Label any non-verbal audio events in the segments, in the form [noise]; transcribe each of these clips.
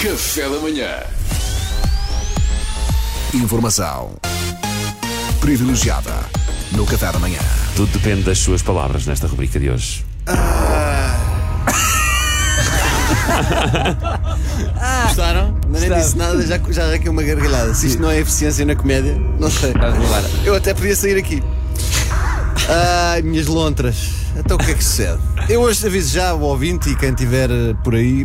Café da manhã. Informação privilegiada no Café da Manhã. Tudo depende das suas palavras nesta rubrica de hoje. Gostaram? Não nem disse nada, já, já arranquei uma gargalhada. Se isto não é eficiência na comédia, não sei. Eu até podia sair aqui. Ai, minhas lontras. Então o que é que sucede? Eu hoje aviso já o ouvinte e quem estiver eh, por aí,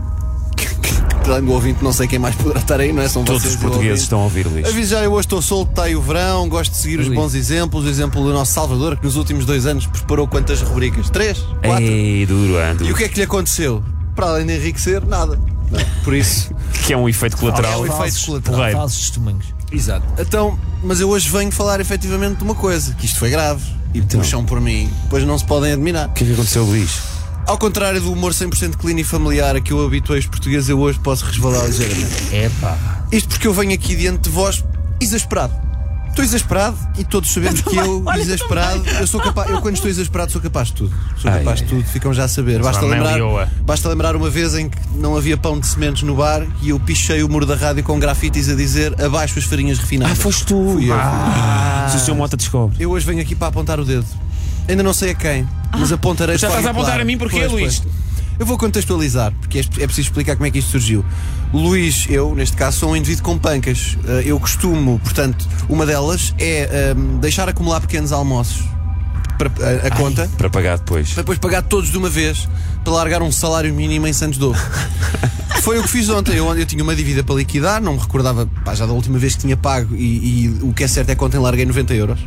que além do ouvinte, não sei quem mais poderá estar aí, não é? São Todos vocês os e o ouvinte. portugueses estão a ouvir, Luís. Aviso já, eu hoje estou solto, está aí o verão, gosto de seguir os bons exemplos. O exemplo do nosso Salvador, que nos últimos dois anos preparou quantas rubricas? Três? É Quatro? Ei, duro, ando. E o que é que lhe aconteceu? Para além de enriquecer, nada. Não, é? Por isso. Que é um efeito É colateral. um efeito colateral. Porreiro. Falsos testemunhos. Exato. Então, mas eu hoje venho falar efetivamente de uma coisa, que isto foi grave e temos chão por mim, pois não se podem admirar. O que é que aconteceu, Luís? Ao contrário do humor 100% clean e familiar a que eu habituei os portugueses, eu hoje posso resvalar ligeiramente. Epá. Isto porque eu venho aqui diante de vós exasperado. Estou exasperado e todos sabemos Então que eu, exasperado, eu sou capaz, eu quando estou exasperado sou capaz de tudo. Sou Ai, capaz de ai, tudo, ficam já a saber. Basta uma lembrar, melioa. basta lembrar uma vez em que não havia pão de sementes no bar e eu pichei o muro da rádio com grafites a dizer abaixo as farinhas refinadas. Ah, foste tu. Ah. Fui eu. Se o seu Mota descobre. Eu hoje venho aqui para apontar o dedo. Ainda não sei a quem, mas apontarei. Ah. Já de forma estás a apontar clara. a mim, porquê, Pois, Luís? pois. Eu vou contextualizar, porque é é preciso explicar como é que isto surgiu. Luís, eu, neste caso, sou um indivíduo com pancas. Eh, Eu costumo, portanto, uma delas é ehm, deixar acumular pequenos almoços para, eh, a, a conta, Para pagar depois. para depois pagar todos de uma vez, para largar um salário mínimo em [laughs] Santos Douro. Foi o que fiz ontem. Eu, eu tinha uma dívida para liquidar, não me recordava pá, já da última vez que tinha pago, e, e o que é certo é que ontem larguei 90 euros.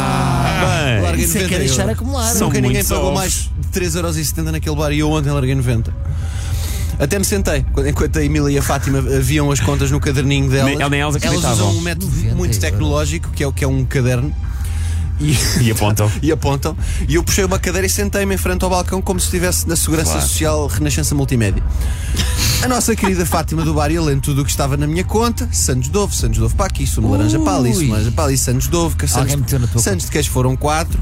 Ah, bem. Larguei Isso é que é 90 deixar euros. acumular. São Nunca ninguém muitos pagou ovos. mais de 3,70€ naquele bar e eu ontem larguei 90. Até me sentei, quando- enquanto a Emília e a Fátima viam as contas no caderninho delas. Nem- nem elas acreditavam. usam um método 90 muito euros. tecnológico, que é o que é um caderno. E, E [laughs] apontam. e apontam. E eu puxei uma cadeira e sentei-me em frente ao balcão como se estivesse na Segurança Claro. Social Renascença Multimédia. A nossa querida Fátima do Bar ia lendo tudo o que estava na minha conta. Santos Dovo, Santos Dovo para aqui, sumo de laranja para ali, sumo de laranja para ali, Santos Dovo, que Santos, meteu na tua Santos de queijo foram 4,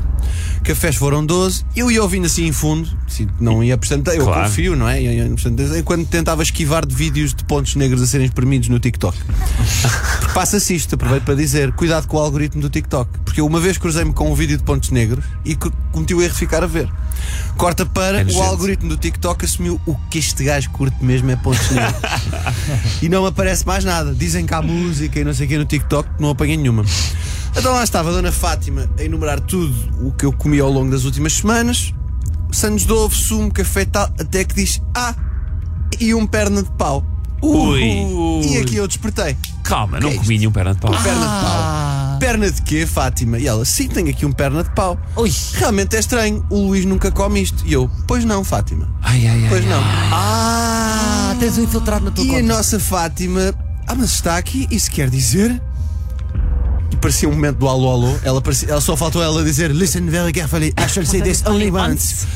cafés foram 12. Eu ia ouvindo assim em fundo, se não ia prestando, eu Claro. confio, não é? Eu, eu, portanto, enquanto tentava esquivar de vídeos de pontos negros a serem exprimidos no TikTok. Porque Passa-se isto, aproveito para dizer, cuidado com o algoritmo do TikTok, porque eu uma vez cruzei-me com um vídeo de pontos negros e co- cometi o erro de ficar a ver. Corta para, É o nojento. algoritmo do TikTok assumiu o que este gajo curte mesmo é pontos negros. [laughs] e não me aparece mais nada. Dizem que há música e não sei o que no TikTok, não apanhei nenhuma. Então lá estava a Dona Fátima a enumerar tudo o que eu comi ao longo das últimas semanas, Santos de ovo, sumo, café e tal, até que diz, ah, e um perna de pau. Ui. E aqui eu despertei. Calma, não comi nenhum perna de pau. é Perna de Ah. pau. Perna de quê, Fátima? E ela, sim, tenho aqui um perna de pau. Ui. Realmente é estranho, o Luís nunca come isto. E eu, pois não, Fátima. Ai, ai, ai. Pois não. Ah, tens um infiltrado na tua E a conta. nossa Fátima, ah, mas está aqui, isso quer dizer? E parecia um momento do alô alô, ela, parecia, ela só faltou ela dizer Listen very carefully, I shall say this only once.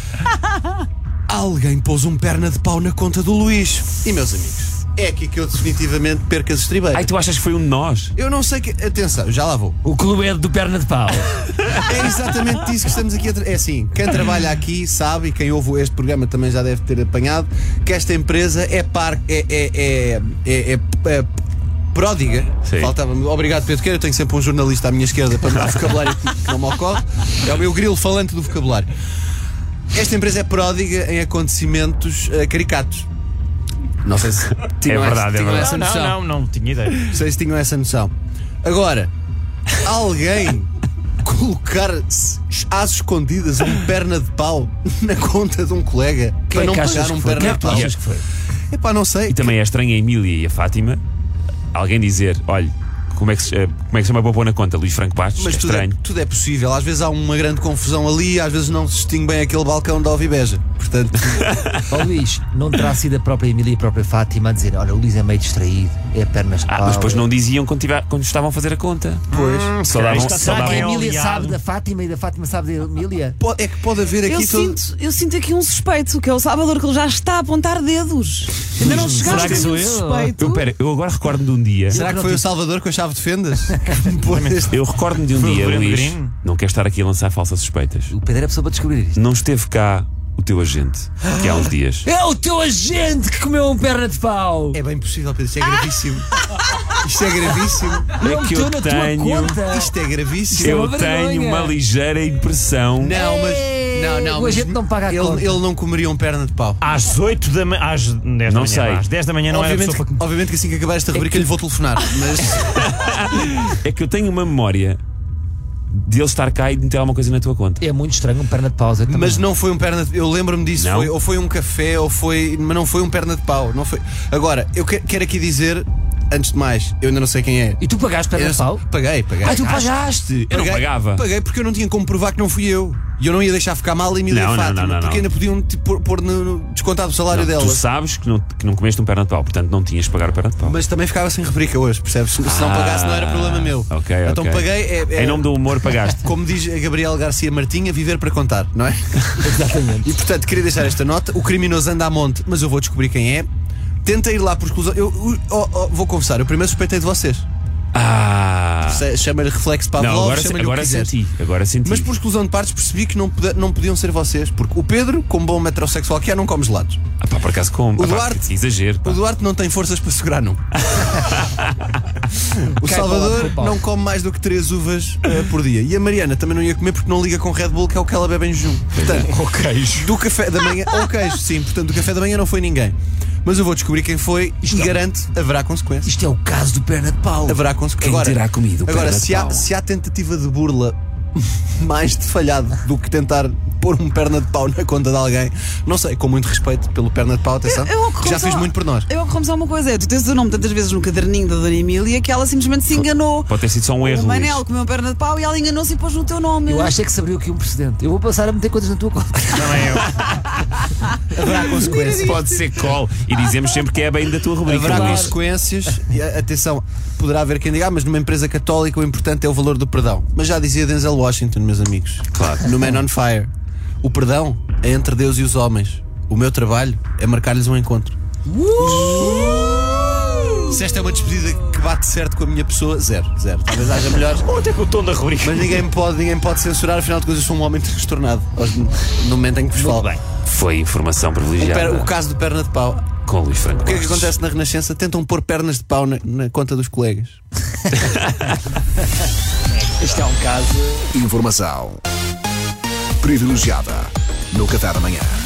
[laughs] Alguém pôs um perna de pau na conta do Luís. E meus amigos, é aqui que eu definitivamente perco as Ai, estribeiras. tu achas que foi um de nós? Eu não sei que. Atenção, já lá vou. O clube é do perna de pau. É exatamente disso que estamos aqui a tra- É assim, quem trabalha aqui sabe, e quem ouve este programa também já deve ter apanhado, que esta empresa é par. é. é. é. é, é- é pródiga. Sim. Faltava-me. Obrigado, Pedro Queira. Eu tenho sempre um jornalista à minha esquerda para me dar vocabulário que que não me ocorre. É o meu grilo falante do vocabulário. Esta empresa é pródiga em acontecimentos eh, caricatos. Não sei se É tinham essa- verdade, é tinham verdade. essa noção. não tinha ideia. Não sei se tinham essa noção. Agora, [laughs] alguém colocar s- às escondidas um perna de pau na conta de um colega para Quem não é que achas pagar um que foi? Quem perna de é que tu pau. achas que foi? Epá, não sei. E também é estranho a Emília e a Fátima alguém dizer: olha, como é que se, eh, como é que se chama para pôr na conta? Luís Franco Bastos? Mas é tudo é, estranho. tudo é possível. Às vezes há uma grande confusão ali, às vezes não se distingue bem aquele balcão da Ovibeja. [laughs] Portanto, Ó Luís, não terá sido a própria Emília e a própria Fátima a dizer: Olha, o Luís é meio distraído, é pernas de pau. Ah, mas depois não diziam quando, tiver- quando estavam a fazer a conta. pois. Só calhar davam, isto só está Será que a davam- bem Emília aliado. sabe da Fátima e da Fátima sabe da Emília? Po- É que pode haver Eu aqui todo. sinto, eu sinto aqui um suspeito, que é o Salvador, que ele já está a apontar dedos. Ainda não será que chegaste a sou um eu? suspeito. Eu, pera, eu agora recordo-me de um dia. Será que foi o Salvador com a chave de [laughs] fendas? Que me pôs neste- Eu recordo-me de um Foi o dia, Reverendo Luís. Green? Não quero estar aqui a lançar falsas suspeitas. O Pedro é a pessoa para descobrir isto. Não esteve cá o teu agente, que há uns [gasps] dias. É o teu agente que comeu um perna de pau! É bem possível, Pedro. Isto é [laughs] gravíssimo. Isto é gravíssimo. não é que meteu eu na tenho- tua conta! Isto é gravíssimo. é Eu uma tenho vergonha. uma ligeira impressão. Não, mas. Não, não. O mas agente não paga a ele, conta. Ah, ele não comeria um perna de pau. Às 8 da manhã. Às 10 da Não manhã. sei. Às 10 da manhã não era obviamente, pessoa para que, obviamente que assim que acabar É esta rubrica lhe vou [laughs] telefonar. Mas É que eu tenho uma memória de ele estar cá e de meter alguma coisa na tua conta. É muito estranho um perna de pau. Zé, também. Mas não foi um perna de Eu lembro-me disso. Não? Foi, ou foi um café, ou foi. Mas não foi um perna de pau. Não foi. Agora, eu que- quero aqui dizer, antes de mais, eu ainda não sei quem é. E tu pagaste perna Eu- de pau? Paguei, paguei. Ah, tu pagaste! Eu não pagava. Paguei porque eu não tinha como provar que não fui eu. E eu não ia deixar ficar mal a Emília Não, não, Fátima, não, não, não. porque ainda podiam tipo, pôr, pôr no, no descontado o salário Não, dela. tu sabes que não, que não comeste um perna de pau, portanto não tinhas de pagar o perna de pau. Mas também ficava sem rubrica hoje, percebes? Se não Ah, pagasse não era problema meu. Ok, então ok. paguei. É, é- Em nome do humor [laughs] pagaste. Como diz a Gabriel Garcia Martinha, viver para contar, não [laughs] é? Exatamente. E portanto, queria deixar esta nota. O criminoso anda a monte, mas eu vou descobrir quem é. Tenta ir lá por exclusão. Eu eu- oh, oh, vou confessar, eu primeiro suspeitei de vocês. Ah! Se- Chama-lhe reflexo Pavlov, Não, agora, chama-lhe o agora que quiser. senti. Agora senti. Mas por exclusão de partes percebi que não, pode- não podiam ser vocês, porque o Pedro, como bom metrosexual que é, não come gelados. Ah, pá, por acaso como? O Ah, pá, Duarte- Exagero. pá. O Duarte não tem forças para segurar [laughs] num. o Cai para lá, Salvador para o pau. não come mais do que três uvas eh, por dia. E a Mariana também não ia comer porque não liga com Red Bull, que é o que ela bebe em jejum. Portanto, [laughs] Ou queijo. do café da manhã. Ou queijo, sim. Portanto, do café da manhã não foi ninguém. Mas eu vou descobrir quem foi e garanto haverá consequências. é um- Isto é o caso do perna de pau. Haverá consequências. Quem terá comido o Agora, perna de se há, pau? se há tentativa de burla [laughs] mais de falhado do que tentar pôr um perna de pau na conta de alguém, não sei, com muito respeito pelo perna de pau, atenção, Eu- eu que já corrompo fez só- muito por nós. Eu ocorro só uma coisa: é, tu tens o nome tantas vezes no caderninho da Dona Emília que ela simplesmente se enganou. Pode ter sido só um erro. o Manel Luís. comeu uma perna de pau e ela enganou-se e pôs no teu nome. Eu acho é que se abriu aqui um precedente. Eu vou passar a meter coisas na tua conta. Também eu. Haverá consequências. Pode ser call. E dizemos sempre que é bem da tua rubrica. Haverá Luís. consequências. E, a- atenção, poderá haver quem diga, "Ah, mas numa empresa católica o importante é o valor do perdão. Mas já dizia Denzel Washington, meus amigos. Claro. No Man on Fire. O perdão é entre Deus e os homens. O meu trabalho é marcar-lhes um encontro. Se esta é uma despedida que bate certo com a minha pessoa, zero, zero. Talvez haja melhores. Até com é o tom da rubrica. Mas ninguém me pode, ninguém me pode censurar, afinal de contas eu sou um homem transtornado. aos- No momento em que vos falo. bem. Foi informação O per- privilegiada o caso do perna de pau. com Luís Franco. O que é que Bastos. acontece na Renascença? Tentam pôr pernas de pau na, na conta dos colegas. Informação privilegiada no Café da Manhã.